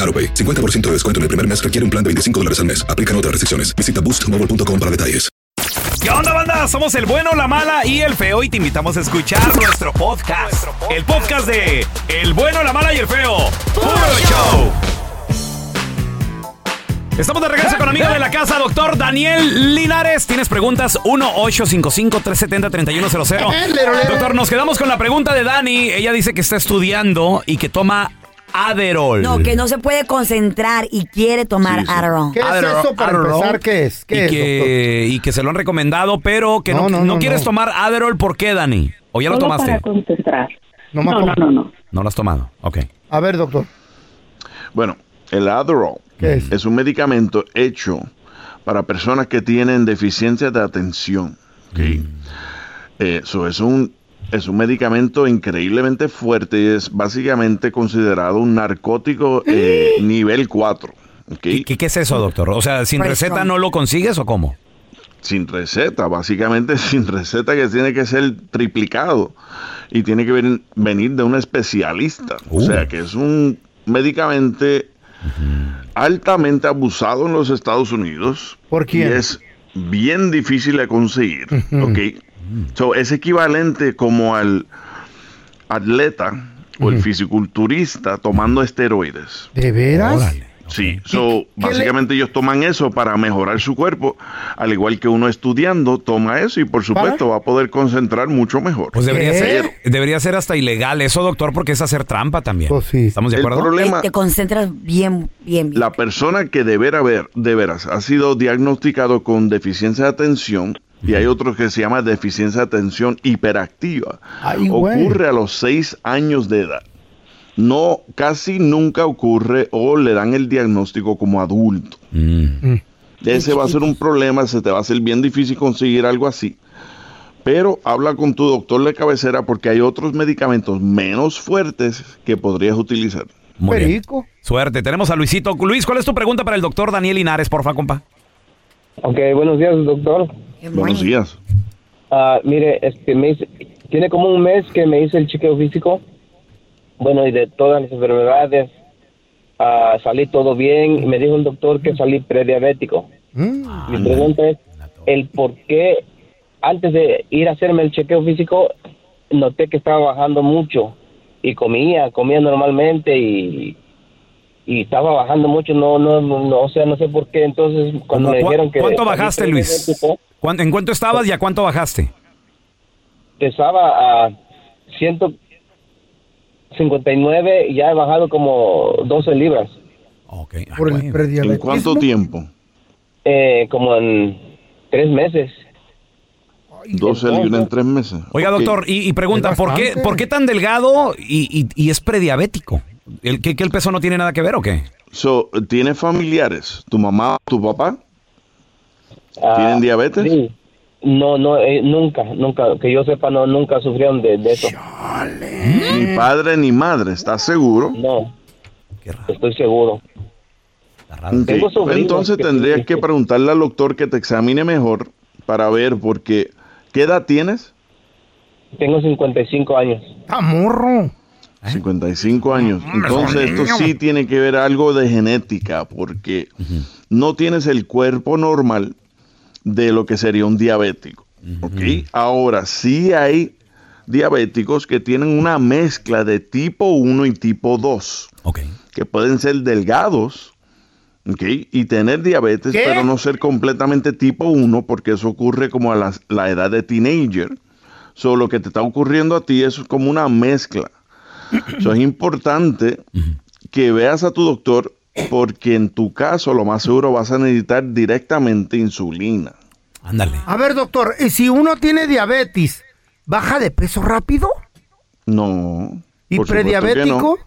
AroPay. 50% de descuento en el primer mes requiere un plan de 25 dólares al mes. Aplican otras restricciones. Visita boostmobile.com para detalles. ¿Qué onda, banda? Somos el bueno, la mala y el feo y te invitamos a escuchar nuestro podcast. El podcast de El bueno, la mala y el feo. ¡Puro show! Estamos de regreso con amigos de la casa, doctor Daniel Linares. ¿Tienes preguntas? 1-855-370-3100. Doctor, nos quedamos con la pregunta de Dani. Ella dice que está estudiando y que toma Aderol. No, que no se puede concentrar y quiere tomar Adderall. ¿Qué es eso para empezar? ¿Qué es? ¿Qué y, es, que, y que se lo han recomendado, pero que no, No, no, no no, quieres no. tomar Adderall. ¿Por qué, Dani? ¿O ya lo Solo tomaste? para concentrar. No No, me no, no, acuerdo. no, No lo has tomado. Ok. A ver, doctor. Bueno, el Adderall ¿Qué es? es un medicamento hecho para personas que tienen deficiencia de atención. ¿ok? Eh, so, es, un, es un medicamento increíblemente fuerte y es básicamente considerado un narcótico eh, nivel 4. ¿ok? ¿Y qué, qué es eso, doctor? O sea, ¿sin Pues, receta no. no lo consigues o cómo? sin receta, básicamente sin receta que tiene que ser triplicado y tiene que ven- venir de un especialista. O Uh. sea que es un medicamento altamente abusado en los Estados Unidos. ¿Por quién? Y es bien difícil de conseguir. ¿ok? So, es equivalente como al atleta o el fisiculturista tomando esteroides. ¿De veras? Órale. Sí, so, qué le- básicamente ellos toman eso para mejorar su cuerpo, al igual que uno estudiando toma eso y por supuesto va a poder concentrar mucho mejor. Pues debería ¿Qué? ser, debería ser hasta ilegal eso, doctor, porque es hacer trampa también. Pues sí. ¿Estamos de El acuerdo? Ey, problema, Te concentras bien, bien, bien. la persona que de ver- a ver- de veras ha sido diagnosticado con deficiencia de atención y hay otro que se llama deficiencia de atención hiperactiva. Ay, güey. ocurre a los seis años de edad. No, casi nunca ocurre o le dan el diagnóstico como adulto. Mm. Ese va a ser un problema, se te va a hacer bien difícil conseguir algo así. Pero habla con tu doctor de cabecera porque hay otros medicamentos menos fuertes que podrías utilizar. Muy bien. Perico. Suerte. Tenemos a Luisito. Luis, ¿cuál es tu pregunta para el doctor Daniel Linares, porfa, compa? Ok, buenos días, doctor. Qué Buenos bueno. días. Ah, mire, este, me hice- tiene como un mes que me hice el chequeo físico. Bueno, y de todas mis enfermedades ah, salí todo bien. Y me dijo el doctor que salí prediabético. Ah, Mm. Mi pregunta es el por qué antes de ir a hacerme el chequeo físico noté que estaba bajando mucho y comía, comía normalmente y, y estaba bajando mucho. No, no, no, no, o sea, no sé por qué. Entonces cuando ¿Cu- me dijeron que ¿Cuánto salí bajaste, Luis? prediabético, ¿Cuán- ¿En cuánto estabas y a cuánto bajaste? pesaba a 159 y ya he bajado como 12 libras, Ok. ah, Por el bueno. prediabetismo. ¿En cuánto tiempo? eh, como en tres meses. 12 libras en tres meses. Oiga, Ok. doctor, y, y pregunta, Es ¿por qué, bastante. ¿por qué tan delgado y, y- y es prediabético? ¿El, que, que el peso no tiene nada que ver o qué? So, ¿Tienes familiares? ¿Tu mamá o tu papá? Ah, ¿Tienen diabetes? sí. No, no, eh, nunca, nunca, que yo sepa, no, nunca sufrieron de, de eso. ¿Eh? Ni padre ni madre, ¿estás seguro? No, Qué raro. estoy seguro. Ok, Tengo sobrinos Entonces que- tendrías que preguntarle al doctor que te examine mejor para ver, porque ¿qué edad tienes? Tengo 55 años. ¡Ah, morro! ¿Eh? 55 años. hombre, Entonces esto niño. sí tiene que ver algo de genética, porque no tienes el cuerpo normal de lo que sería un diabético. ¿ok? Ahora sí hay diabéticos que tienen una mezcla de tipo 1 y tipo 2, Ok. que pueden ser delgados. ¿ok? Y tener diabetes, ¿Qué? pero no ser completamente tipo 1, porque eso ocurre como a las- la edad de teenager. So, lo que te está ocurriendo a ti es como una mezcla. So, es importante que veas a tu doctor porque en tu caso lo más seguro vas a necesitar directamente insulina. Ándale. A ver, doctor, ¿y si uno tiene diabetes, baja de peso rápido? No. ¿Y por supuesto que prediabético?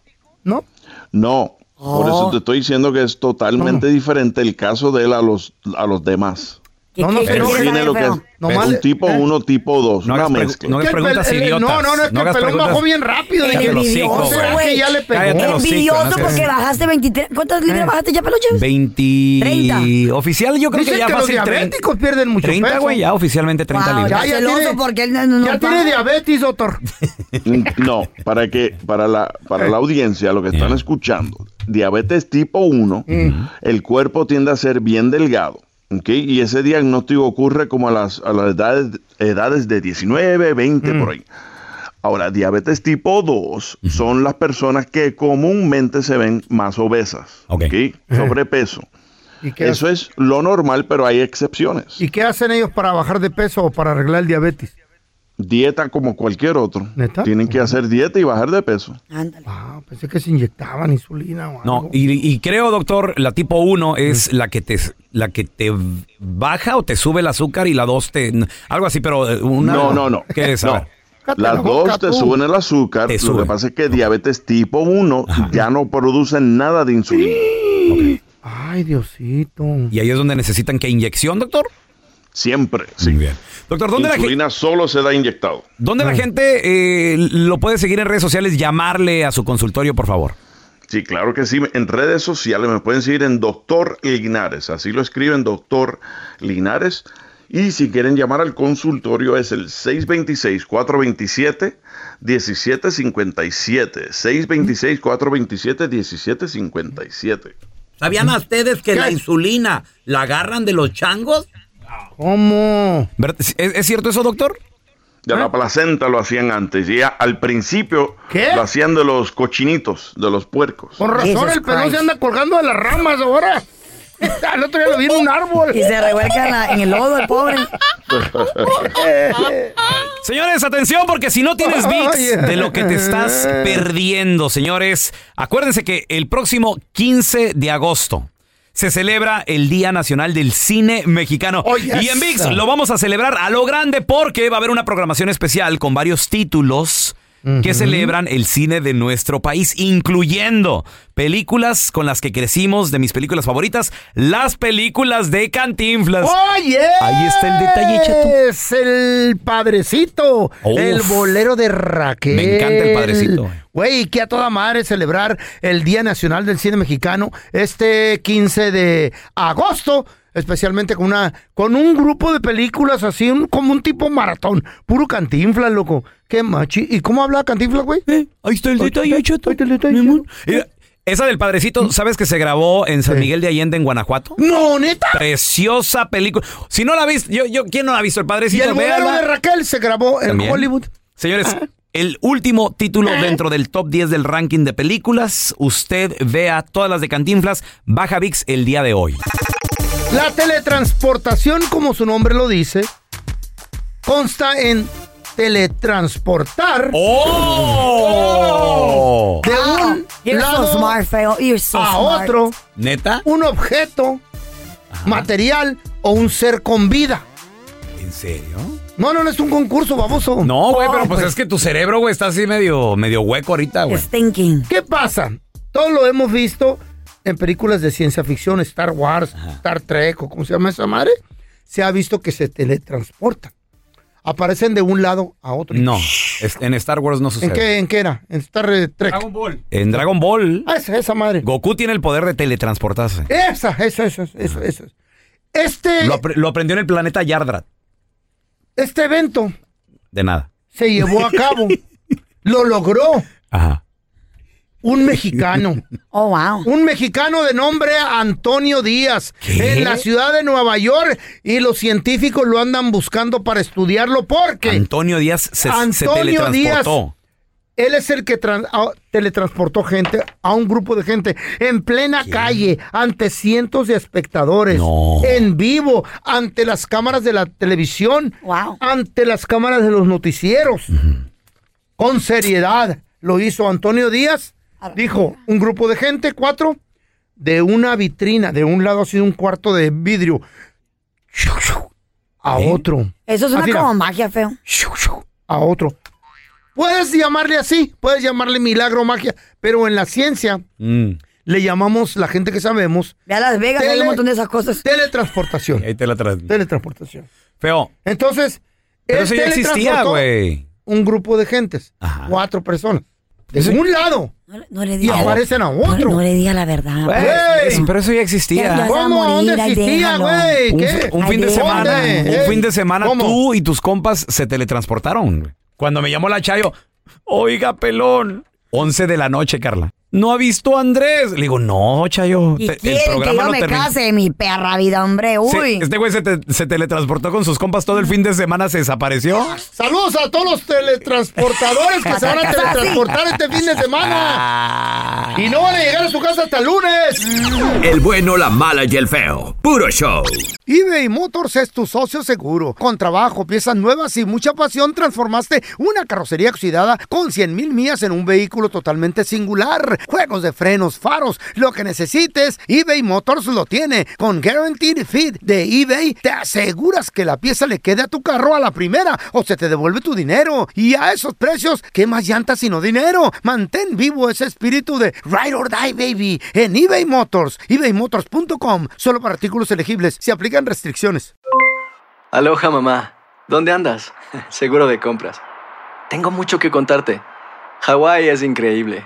¿No? No. Por eso Oh. te estoy diciendo que es totalmente diferente el caso de él a los, a los demás. ¿Qué, No, no, qué- pero qué no Él quieres tiene saber, lo que es feo? Nomás le- un tipo ¿eh? 1, tipo 2, No una hagas pregu- mezcla. no hagas Que el preguntas pel- el- idiotas. No, no, no, es que el hagas pelón bajó preguntas- bien rápido. Cállate dije, el hocico, "No, será güey. que ya le pegó". Cállate el hocico, Envidioso no seas- porque bajaste 23. ¿Cuántas libras Eh. bajaste ya, peluches? 20. 30. Oficial, yo creo Dicen que ya que los fácil. trein- diabéticos pierden mucho 30, peso. güey, ya oficialmente 30 Wow, libras. ya, celoso porque él no- no- ya no tiene paga. diabetes, doctor. No, para que para la para la audiencia lo que están escuchando, diabetes tipo 1, el cuerpo tiende a ser bien delgado, ¿ok? Y ese diagnóstico ocurre como a las a las edades edades de 19, 20 por ahí. Ahora, diabetes tipo 2 son las personas que comúnmente se ven más obesas, Ok. ¿ok? Sobrepeso. ¿Y qué, Eso es lo normal, pero hay excepciones. ¿Y qué hacen ellos para bajar de peso o para arreglar el diabetes? Dieta como cualquier otro. ¿Neta? Tienen que hacer dieta y bajar de peso. Ándale. Ah, pensé que se inyectaban insulina o No, algo. y, y creo, doctor, la tipo 1 Mm. es la que te la que te baja o te sube el azúcar y la 2 te algo así, pero eh, una No, no, no. ¿Qué es? A No. ver. Cállate la Las boca, dos te tú. suben el azúcar. Te Lo suben. que pasa es que diabetes tipo 1 ya no producen nada de insulina. Ay, Diosito. Y ahí es donde necesitan que inyección, doctor. Siempre. Sí. bien. Doctor, ¿dónde la gente Insulina solo se da inyectado. ¿Dónde Ah. la gente eh, lo puede seguir en redes sociales? Llamarle a su consultorio, por favor. Sí, claro que sí. En redes sociales me pueden seguir en Doctor Linares. Así lo escriben Doctor Linares. Y si quieren llamar al consultorio es el 626-427-1757. 626-427-1757. ¿Sabían ustedes que la insulina la agarran de los changos? ¿Cómo? ¿Verdad? ¿Es, es cierto eso, doctor? De Ah. la placenta lo hacían antes. Y a- al principio ¿Qué? lo hacían de los cochinitos, de los puercos. Con razón, Jesus el pelón Christ. se anda colgando de las ramas ahora. Al otro día lo vi en un árbol. Y se revuelca en, la- en el lodo, el pobre. Señores, atención, porque si no tienes VIX, de lo que te estás perdiendo, señores. Acuérdense que el próximo 15 de agosto se celebra el Día Nacional del Cine Mexicano. Oh, yes. Y en VIX lo vamos a celebrar a lo grande porque va a haber una programación especial con varios títulos que celebran el cine de nuestro país, incluyendo películas con las que crecimos, de mis películas favoritas, las películas de Cantinflas. Oye, Ahí está el detalle, chato. Es el padrecito, Uf. el bolero de Raquel. Me encanta el Padrecito. Güey, que a toda madre celebrar el Día Nacional del Cine Mexicano este 15 de agosto, especialmente con una con un grupo de películas así un- como un tipo maratón, puro Cantinflas, loco. Qué machi. ¿Y cómo habla Cantinflas, güey? Eh, Ahí está el detalle, chato. ahí está el detalle, Mi amor. chato. Mira, Esa del padrecito, ¿sabes que se grabó en San ¿Mm? Sí. Miguel de Allende, en Guanajuato? No, neta. Preciosa película. Si no la viste, yo, yo, ¿quién no la ha visto? El Y padrecito, el bolero véala. de Ah. Raquel se grabó en También. Hollywood. Señores, el último título Ah. dentro del top 10 del ranking de películas. Usted vea todas las de Cantinflas. Baja VIX el día de hoy. La teletransportación, como su nombre lo dice, consta en teletransportar ¡Oh! de un Ah, You're lado so smart, feo. You're so a smart. otro ¿Neta? un objeto, material o un ser con vida. ¿En serio? No, no, no es un concurso, baboso. No, güey, Oh, pero pues, pues. Este, es que tu cerebro, güey, está así medio, medio hueco ahorita, güey. It's thinking. Ah, ¿Qué pasa? Todo lo hemos visto en películas de ciencia ficción, Star Wars, Star Trek o como se llama esa madre. Se ha visto que se teletransportan. Aparecen de un lado a otro. No. Es- En Star Wars no Mm, sucede. ¿En qué, ¿En qué era? ¿En Star Trek? En Dragon Ball, Ah, esa, esa madre. Goku tiene el poder de teletransportarse. Esa, esa, esa, esa, esa. Este, Lo, apre- lo aprendió en el planeta Yardrat. este evento De nada. se llevó a cabo. Lo logró Ajá. un mexicano. Oh, wow. Un mexicano de nombre Antonio Díaz ¿Qué? en la ciudad de Nueva York y los científicos lo andan buscando para estudiarlo porque Antonio Díaz se, se Antonio teletransportó. él es el que tran- a- teletransportó gente a un grupo de gente en plena calle ante cientos de espectadores No. en vivo ante las cámaras de la televisión, Wow. ante las cámaras de los noticieros. Con seriedad lo hizo Antonio Díaz. Dijo, un grupo de gente, cuatro, de una vitrina, de un lado así de un cuarto de vidrio, a otro, Eso es Ah, una mira. como magia, feo. a otro. Puedes llamarle así, puedes llamarle milagro, magia, pero en la ciencia Mm, le llamamos, la gente que sabemos, Ve a Las Vegas, hay Tele- un montón de esas cosas. teletransportación. ahí te la tras- Teletransportación. Eh. Feo. Entonces, Pero él eso ya existía, teletransportó güey. Un grupo de gentes, Ajá. cuatro personas, de Eso- un lado, No, le- no le y digas. aparecen a No, otro. no le digas la verdad. Güey, Güey. Pero eso ya Ya, existía. ya. vas a ¿Cómo? morir, ¿Dónde ahí existía, déjalo. güey? Un, ¿Qué? un fin de Ay, semana, ¿Dónde? un Ey, fin de semana ¿cómo? tú y tus compas se teletransportaron. Cuando me llamó la Chayo, oiga, pelón. 11 de la noche, Carla. ¿No ha visto a Andrés? Le digo, no, Chayo. Y te- quieren que yo me terminó". case, mi perra vida, hombre. Se- Uy. este güey se, te- se teletransportó con sus compas todo el fin de semana, se desapareció. Saludos a todos los teletransportadores que se van a teletransportar este fin de semana. Y no van a llegar a su casa hasta el lunes. El bueno, la mala y el feo. Puro show. eBay Motors es tu socio seguro. Con trabajo, piezas nuevas y mucha pasión, transformaste una carrocería oxidada con 100 mil millas en un vehículo totalmente singular. Juegos de frenos, faros, lo que necesites, eBay Motors lo tiene. Con Guaranteed Fit de eBay, te aseguras que la pieza le quede a tu carro a la primera o se te devuelve tu dinero. Y a esos precios, ¿qué más llantas sino dinero? Mantén vivo ese espíritu de Ride or Die, baby, en eBay Motors. ebaymotors.com, solo para artículos elegibles. Se aplican restricciones. Aloha mamá, ¿dónde andas? Seguro de compras. Tengo mucho que contarte. Hawái es increíble.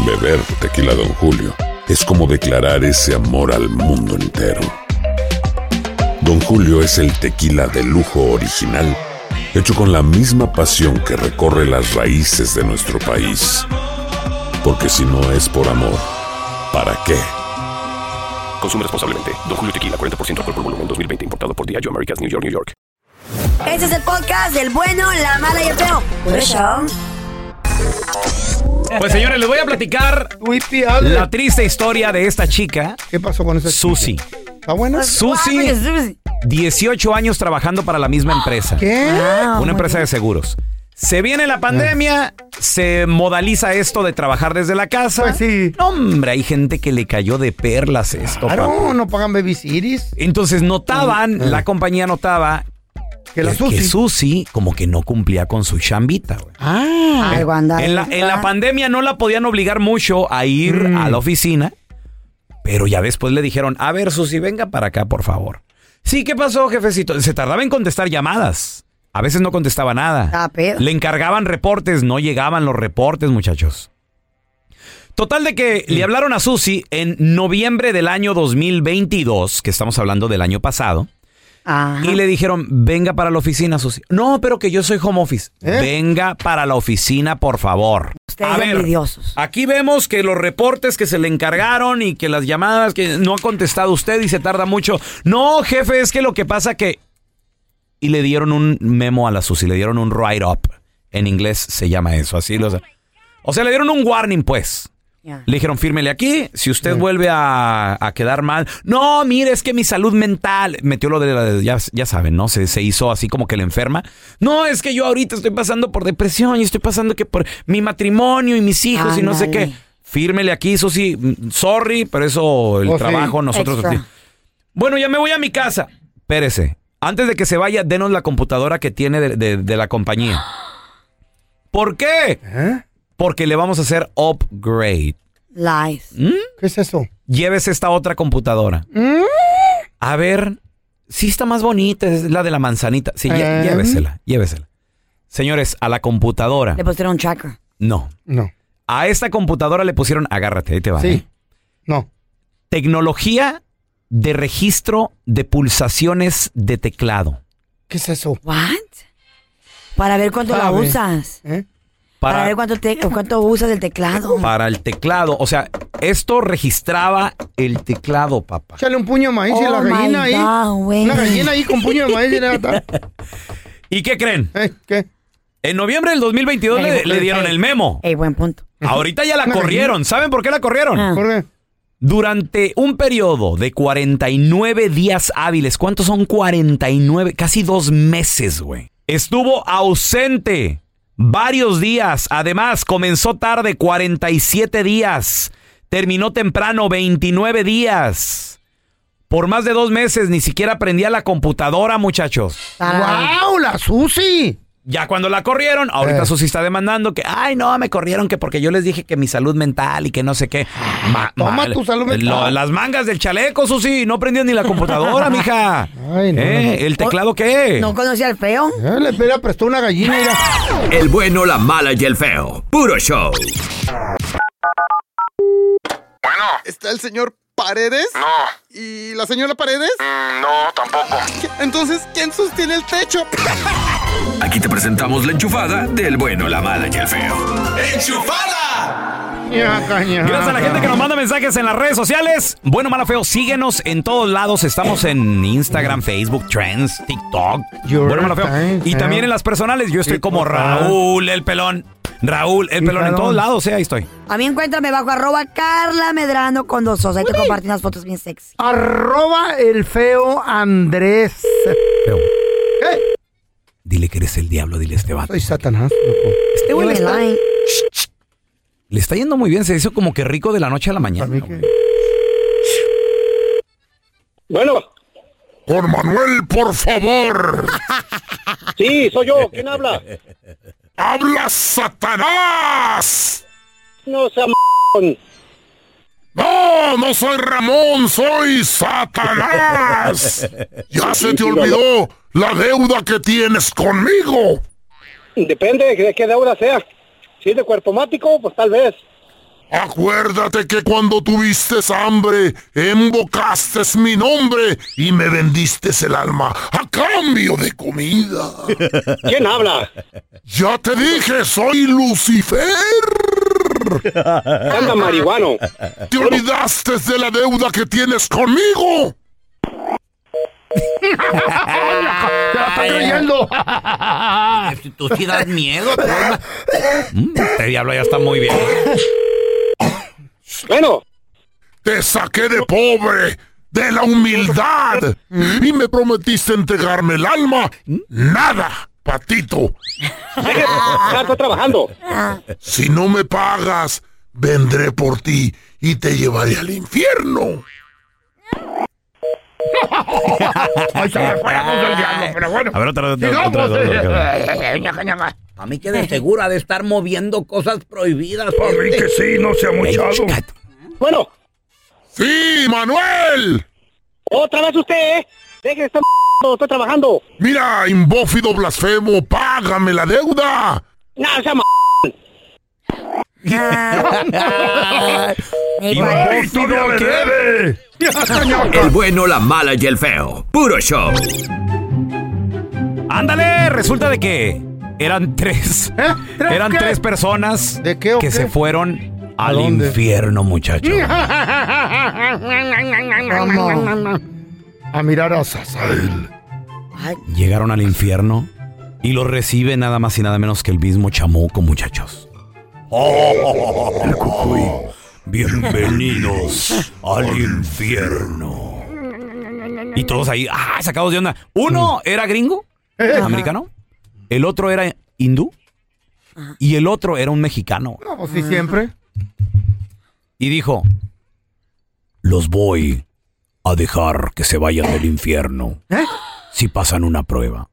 Beber tequila, Don Julio, es como declarar ese amor al mundo entero. Don Julio es el tequila de lujo original, hecho con la misma pasión que recorre las raíces de nuestro país. Porque si no es por amor, ¿para qué? Consume responsablemente. Don Julio Tequila 40% alcohol por volumen 2020 importado por Diageo Americas New York New York. Este es el podcast del bueno, la mala y el feo. Por eso. Pues señores, les voy a platicar la triste historia de esta chica, ¿Qué pasó con esa Susi. Pues, ¿Está buena? Susi, 18 años trabajando para la misma empresa. ¿Qué? Ah. Una empresa de seguros. Se viene la pandemia, se modaliza esto de trabajar desde la casa. Pues sí. No, hombre, hay gente que le cayó de perlas esto. Claro, papá. no pagan baby series. Entonces notaban, la compañía notaba Que la que- Susi. que Susi como que no cumplía con su chambita, güey. Ah, Algo andaba. En la, en la pandemia no la podían obligar mucho a ir a la oficina, pero ya después le dijeron, a ver, Susi, venga para acá, por favor. Sí, ¿qué pasó, jefecito? Se tardaba en contestar llamadas. A veces no contestaba nada. Ah, pero- Le encargaban reportes, no llegaban los reportes, muchachos. Total de que le hablaron a Susi en noviembre del año 2022, que estamos hablando del año pasado, Ajá. y le dijeron, venga para la oficina, Susi. No, pero que yo soy home office. ¿Eh? Venga para la oficina, por favor. Ustedes envidiosos. Aquí vemos que los reportes que se le encargaron y que las llamadas que no ha contestado usted y se tarda mucho. No, jefe, es que lo que pasa que... Y le dieron un memo a la Susi, le dieron un write-up. En inglés se llama eso, así lo... O sea, le dieron un warning, pues. Le dijeron, fírmele aquí, si usted vuelve a, a quedar mal. No, mire, es que mi salud mental. Metió lo de la. Ya, ya saben, ¿no? Se, se hizo así como que la enferma. No, es que yo ahorita estoy pasando por depresión y estoy pasando que por mi matrimonio y mis hijos y no sé qué. Ándale. Fírmele aquí, eso sí, mm, sorry, pero eso, el Oh, sí. trabajo, nosotros. Extra. Bueno, ya me voy a mi casa. Espérese. Antes de que se vaya, denos la computadora que tiene de, de- de la compañía. ¿Por qué? Porque le vamos a hacer upgrade. ¿Mm? Lies. ¿Qué es eso? Llévese esta otra computadora. ¿Mm? A ver, sí está más bonita, es la de la manzanita. Sí, lle- Eh. llévesela, llévesela. Señores, a la computadora. Le pusieron un tracker. No. No. A esta computadora le pusieron, agárrate, ahí te va. Sí. ¿eh? No. Tecnología de registro de pulsaciones de teclado. ¿Qué es eso? ¿What? Para ver cuánto la Sabe. usas. ¿Eh? Para, Para, ver cuánto, te- cuánto usas del teclado. para el teclado. O sea, esto registraba el teclado, papá. Échale un puño de maíz y Oh la gallina my ahí. God, güey. una gallina ahí con puño de maíz y nada. ¿Y qué creen? ¿Qué? En noviembre del 2022 le, le dieron el memo. Ey, buen punto. Ahorita ya la Una corrieron. ¿Saben por qué la corrieron? Ah. ¿Por Durante un periodo de 49 días hábiles, ¿cuántos son 49? Casi dos meses, güey. Estuvo ausente varios días. Además, comenzó tarde 47 días. Terminó temprano 29 días. Por más de dos meses ni siquiera aprendía la computadora, muchachos. Ah. ¡Wow! ¡La Susi! Ya cuando la corrieron, Eh. ahorita Susi está demandando que, ay, no, me corrieron que porque yo les dije que mi salud mental y que no sé qué. Ma- Toma ma- tu salud mental. lo- las mangas del chaleco, Susi, no prendían ni la computadora, mija. Ay, no, ¿Eh? no, no. ¿El teclado qué? Oh, ¿No conocía al feo? Eh, le pera, prestó una gallina. Mira. El bueno, la mala y el feo. Puro show. ¿Está el señor Paredes? No. ¿Y la señora Paredes? no, tampoco. Entonces, ¿quién sostiene el techo? Aquí te presentamos la enchufada del bueno, la mala y el feo. Gracias a la gente que nos manda mensajes en las redes sociales. Bueno, mala feo, síguenos en todos lados. Estamos en Instagram, Facebook, Trends, TikTok. bueno, mala feo. Y también en las personales, yo estoy como Raúl, el pelón. Raúl, el pelón, en todos lados, eh, ahí estoy. A mí encuéntrame bajo arroba Carla Medrano con dos os. Ahí te compartí unas fotos bien sexy. Arroba el feo Andrés. Dile que eres el diablo, dile a este vato. Soy Satanás, loco. Este güey le Yo me está, eh. like. le está yendo muy bien, se hizo como que rico de la noche a la mañana. güey. Bueno. Con Manuel, por favor. Sí, soy yo. ¿Quién habla? ¡Habla Satanás! No sea m******. No, no soy Ramón, soy Satanás. Ya se te olvidó la deuda que tienes conmigo. Depende de qué deuda sea. Si es de cuerpo mático, pues tal vez. Acuérdate que cuando tuviste hambre, invocaste mi nombre y me vendiste el alma a cambio de comida. ¿Quién habla? Ya te dije, soy Lucifer. Anda, marihuano. ¿Te olvidaste de la deuda que tienes conmigo? ¡Te la está creyendo! Tú sí das miedo, tú. Mm, Este diablo ya está muy bien. ¿eh? Bueno. Te saqué de pobre, de la humildad, ¿Mm? y me prometiste entregarme el alma. Nada, patito. Ya está trabajando. Si no me pagas, vendré por ti y te llevaré al infierno. A ver, otra otra- Sigamos, otra- otra- A mí que de seguro ha de estar moviendo cosas prohibidas. A mí que sí, no sea muchado. Bueno. ¡Sí, Manuel! Otra vez usted, ¿eh? Deje de estar m******, estoy trabajando. Mira, imbófido blasfemo, págame la deuda. No, sea m******. Victoria le debe. El bueno, la mala y el feo. Puro show. Ándale, resulta de que eran tres. ¿Eh? Eran tres personas que se fueron al infierno, muchachos. A mirar a Sasael. Llegaron al infierno y los recibe nada Oh, más y nada menos que el mismo chamuco, muchachos. Bienvenidos al infierno. Y todos ahí, ah, sacados de onda. Uno era gringo, Ajá. americano. El otro era hindú. Y el otro era un mexicano. No, pues sí, siempre. Y dijo, los voy a dejar que se vayan del infierno si pasan una prueba.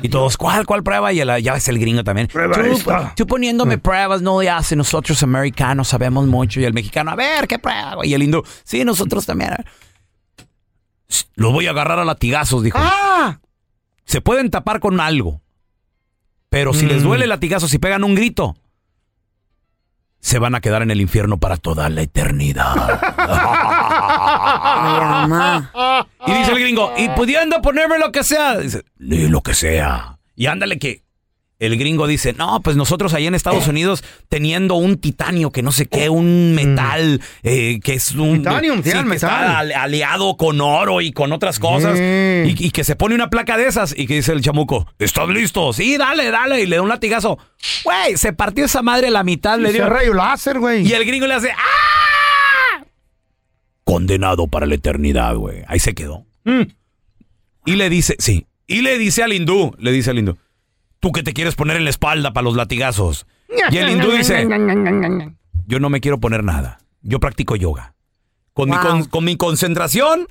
Y todos, ¿cuál, cuál prueba? Y el- ya es el gringo también. tú, esta. tú poniéndome pruebas no le hace. Nosotros americanos sabemos mucho. Y el mexicano, a ver, ¿qué prueba? Y el hindú, sí, nosotros también. Los voy a agarrar a latigazos, dijo. Se pueden tapar con algo. Pero si les Mm. duele el latigazo, si pegan un grito, se van a quedar en el infierno para toda la eternidad. oh. Y dice el gringo, y pudiendo ponerme lo que sea. Dice, "Ni lo que sea. Y ándale que el gringo dice, no, pues nosotros ahí en Estados Unidos teniendo un titanio que no sé qué, un metal eh, que es un... Mm. Titanium, sí, que el está metal. ale- aliado con oro y con otras cosas. Mm. Y, y que se pone una placa de esas y que dice el chamuco, ¿estás listo? Sí, dale, dale. Y le da un latigazo. Güey, se partió esa madre la mitad. le Y dio se rayo láser, güey. Y el gringo le hace, ¡ah! Condenado para la eternidad, güey. Ahí se quedó. Mm. Y le dice, sí, y le dice al hindú, le dice al hindú, tú que te quieres poner en la espalda para los latigazos. Y el hindú dice, yo no me quiero poner nada, yo practico yoga. Con, mi, con, con mi concentración,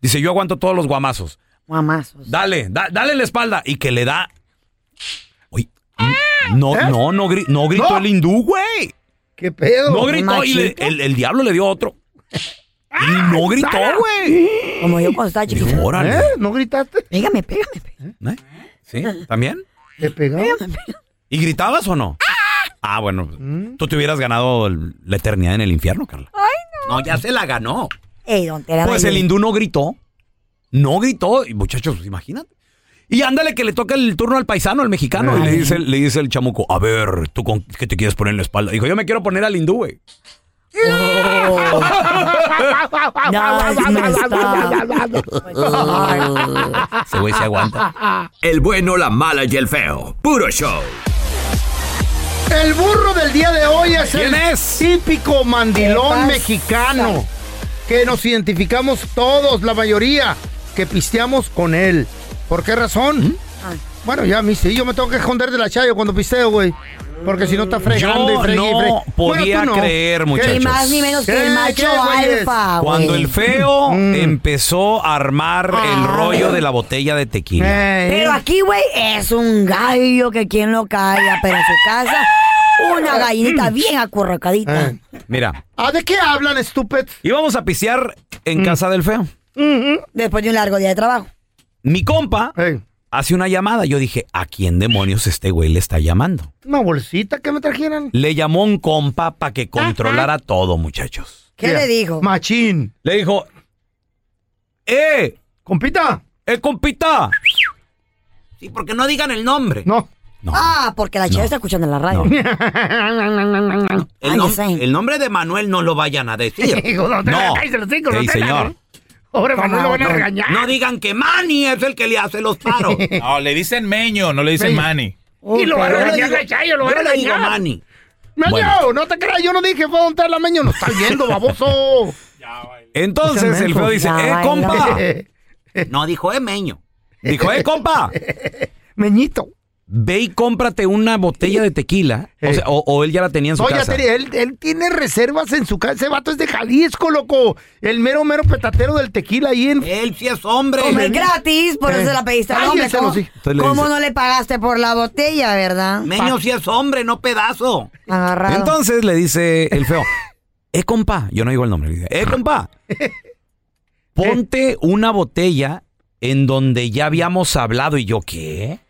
dice, yo aguanto todos los guamazos. Guamazos. Dale, da- dale la espalda y que le da... Uy, no, ¿Eh? no, no, gri- no gritó el hindú, güey. ¿Qué pedo? No gritó y le- Machito. el, el diablo le dio otro. Y no gritó, ¡Sala! güey. Como yo cuando estaba chiquito. Dijo, órale. ¿Eh? ¿No gritaste? Pégame, pégame. ¿Sí? ¿También? ¿Te pegaba? ¿Y gritabas o no? Ah, bueno. Tú te hubieras ganado el- la eternidad en el infierno, Carla. Ay, no. No, ya se la ganó. Ey, don Tela, Pues dale. el hindú no gritó. No gritó. Y muchachos, pues, imagínate. Y ándale que le toca el turno al paisano, al mexicano. Y le dice, le dice el chamuco, a ver, ¿tú con qué te quieres poner en la espalda? Dijo, yo me quiero poner al hindú, güey. Se güey se aguanta. El bueno, la mala y el feo. Puro show. El burro del día de hoy es ¿Quién el típico mandilón mexicano que nos identificamos todos, la mayoría, que pisteamos con él. ¿Por qué razón? ¿Mm? Ah. Bueno, ya, mi sí, yo me tengo que esconder de la chayo cuando pisteo, güey. Porque si no está fregando Yo y fregue y fregue. no podía Bueno, tú no. creer, muchachos. Ni más ni menos que ¿Qué? el macho ¿Qué, güeyes? alfa, Ah, güey. Cuando el feo empezó a armar el rollo de la botella de tequila. Pero aquí, güey, es un gallo que quien lo calla, pero en su casa, Ah, una mm. gallinita bien acurracadita. Mira, ¿Ah, de qué Mm. hablan, estúpidos? íbamos a pisear en casa del feo. Después de un largo día de trabajo. Mi compa hace una llamada. Yo dije, ¿a quién demonios este güey le está llamando? Una bolsita que me trajeran. Le llamó un compa para que controlara todo, muchachos. ¿Qué le dijo? Machín. Le dijo, ¡eh! ¡Compita! ¡Eh, compita! Sí, porque no digan el nombre. No. Ah, porque la chica está escuchando en la radio. El, nom- el nombre de Manuel no lo vayan a decir. Hijo, no te la caigas, los cinco, no Ey, te la- señor. Ahora Manuel lo van a regañar. No digan que Manny es el que le hace los paros. No, le dicen meño, no le dicen mani. y lo van a Yo le regañar digo- la chayo, lo yo van a le digo regañar. Manny. Meño, Bueno. no te creas, yo no dije fue Don Tela Meño, no estás viendo, baboso. No Entonces sean el feo mensos. dice, Ya eh, baila". compa. No, dijo, eh, meño. Dijo, eh, compa. Meñito. Ve y cómprate una botella de tequila. O, sea, o- o él ya la tenía en su No, ya casa. te- él, él tiene reservas en su casa. Ese vato es de Jalisco, loco. El mero, mero petatero del tequila ahí en. Eh. Él sí es hombre. Como es gratis, por Eh. eso se la pediste al hombre. ¿Cómo, cómo no le pagaste por la botella, verdad? Meño si es hombre, no pedazo. Agarrado. Entonces le dice el feo, eh, compa. Yo no digo el nombre. le dice, eh, compa. Ponte una botella en donde ya habíamos hablado. Y yo, ¿qué?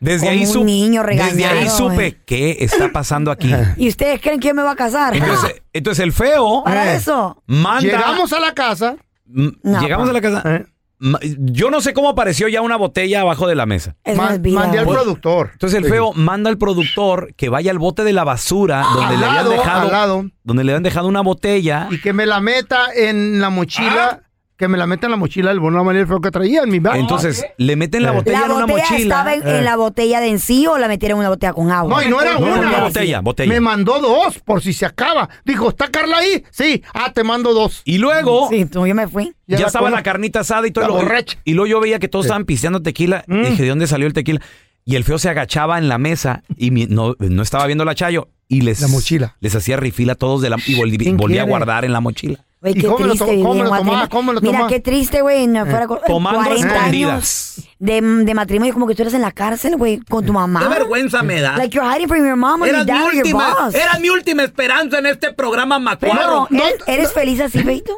Desde Como ahí, un sup- niño desde ahí regañado, supe qué está pasando aquí. ¿Y ustedes creen que yo me va a casar? Entonces, entonces el feo Para eso. manda. Llegamos a la casa. M- Llegamos a la casa. Eh. Ma- Yo no sé cómo apareció ya una botella abajo de la mesa. Ma- mandé al Pues- productor. Entonces el feo manda al productor que vaya al bote de la basura donde Ah, Al le habían lado, dejado al lado. donde le habían dejado una botella Ah. Y que me la meta en la mochila que me la meta en la mochila del bono amarillo feo que traía en mi bag. Entonces, le meten la Eh. botella La en una botella mochila. eh. ¿Estaba en, en la botella de en sí o la metieron en una botella con agua? Eh. No, y no era una. botella, botella. Me mandó dos por si se acaba. Dijo, ¿está Carla ahí? Sí. Ah, te mando dos. Y luego. Sí, tú, yo me fui. Ya, estaba la carnita asada y todo. La lo- borracha. y luego yo veía que todos estaban pisteando tequila. Mm. Dije, ¿de dónde salió el tequila? Y el feo se agachaba en la mesa y mi- no, no estaba viendo la chayo. Y les, La mochila. les hacía rifila a todos de la, y volví, ¿Quién volví a quiere? guardar en la mochila. Güey, ¿Y qué cómo lo triste to- vivir cómo en lo tomaba? Guatemala. ¿Cómo lo Mira, tomaba? qué triste, güey. no fuera con- Eh, Tomando 40 escondidas. años de, de matrimonio, como que tú eres en la cárcel, güey, con tu mamá. Qué vergüenza me da. Like you're hiding from your mom or your Eras mi dad or your última, Eh, boss. eras mi última esperanza en este programa Pero, macuarro. ¿eres- ¿eres feliz así, Feito?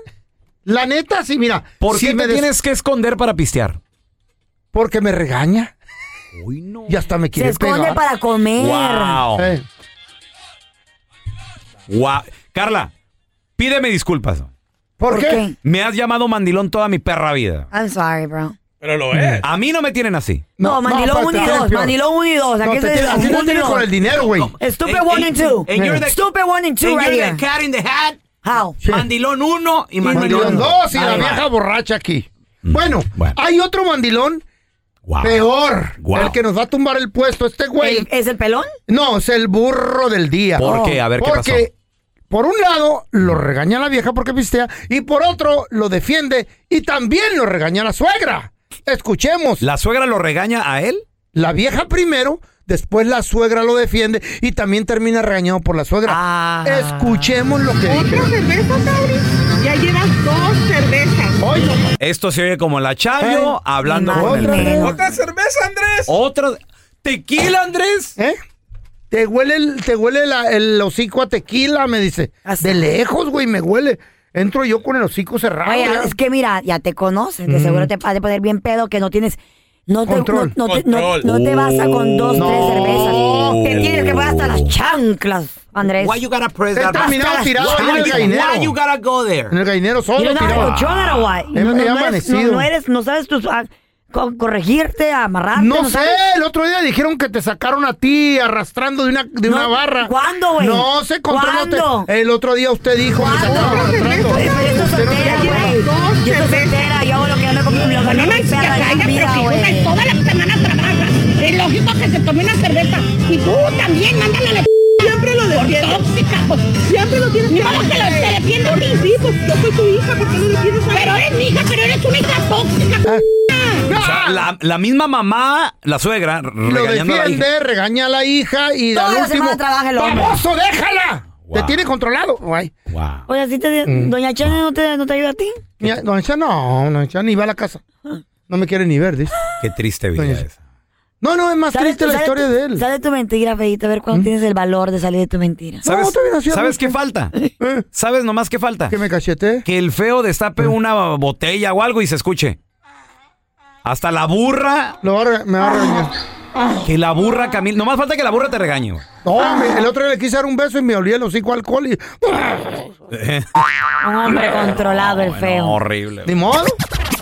La neta, sí, mira. ¿Por sí qué me te des- tienes que esconder para pistear? Porque me regaña. Y hasta me quiere Se esconde pegar. para comer. Wow. Eh, Guau. Carla, pídeme disculpas. ¿Por, qué? Me has llamado mandilón toda mi perra vida. I'm sorry, bro. Pero lo es. A mí no me tienen así. No, mandilón no, 1 y espérate, 2, peor. mandilón 1 y 2. No, ¿A qué te tiene- así te tiene con el dinero, güey. Stupid And- 1 and- and 2. and you're the- Stupid 1 and 2 And right you're here. the cat in the hat. How? Mandilón 1 y Mandilón mandilón dos y la Ahí va. vieja borracha aquí. Mm. Bueno, hay otro mandilón peor. Guau. El que nos va a tumbar el puesto, este güey. ¿Es el pelón? No, es el burro del día. ¿Por qué? A ver, ¿qué pasó? Porque, por un lado, lo regaña la vieja porque pistea, y por otro, lo defiende y también lo regaña la suegra. Escuchemos. ¿La suegra lo regaña a él? La vieja primero, después la suegra lo defiende y también termina regañado por la suegra. Ah. Escuchemos lo que dijeron. cerveza, Tauri? Ya llevas dos cervezas. Esto se oye como la Chayo hablando con el perro. ¿Otra cerveza, Andrés? ¿Otra? ¿Tequila, Andrés? ¿Eh? Te huele, el, te huele la- el hocico a tequila, me dice. De lejos, güey, me huele. Entro yo con el hocico cerrado. Oye, ya. es que mira, ya te conoces, de Mm. seguro te vas a poner bien pedo que no tienes... No te, no, Control. no te, no- Control. no te vas a con dos, Oh. No. tres cervezas. Te tienes que poner hasta las chanclas, Andrés. Why you gotta press He that button? terminado Hasta tirado las ahí en el chanclas. gallinero. Why you gotta go there? En el gallinero solo. Y no tirado. nada colchón, era guay. He- No, no, he no eres, no, amanecido. no eres, no sabes tus, ah, co- corregirte, amarrarte. No sé, sabes. el otro día dijeron que te sacaron a ti arrastrando de una, de No, una barra. ¿cuándo, güey? No se controló. ¿Cuándo? El otro día usted dijo que sacaron arrastrando. Yo soy soltera, güey. Yo soy soltera, yo hago lo que ando con mi No manches, perra, Jacarandas, yo pero vida, si una güey. y toda la semana trabaja. Es lógico que se tome una cerveza. Y tú también, mándale a la Siempre lo defiendes. tóxica, pues. Siempre lo tienes Ni modo que lo te defiendo a ti. Sí, pues yo soy tu hija, ¿por qué no defiendes a Pero eres mi hija, pero eres una hija tóxica. O sea, la, la misma mamá, la suegra, Lo regañando a la hija. defiende, regaña a la hija y Toda al la último. semana trabaja el hombre. ¡Famoso, déjala! Te tiene controlado. Guay. Oye, así te, doña Chana no te, no te ayuda a ti. Mira, Doña Cha no, doña Cha ni va a la casa. No me quiere ni ver, dice. Qué triste vida Doña- esa. No, no, es más Sale- triste la sale historia tu- de él. Sale tu mentira, Feito, a ver cuándo tienes el valor de salir de tu mentira. ¿Sabes, todavía no hacía ¿sabes mucho. qué falta? ¿Sabes nomás qué falta? Que me cachete. Eh. Que el feo destape una botella o algo y se escuche. Hasta la burra, Lo va a re- me va a regañar. que la burra camine. Nomás falta que la burra te regañe. güey. No, me- el otro día le quise dar un beso y me olía el hocico a alcohol y. Un hombre controlado, el feo. horrible. Ni modo.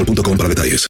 para detalles.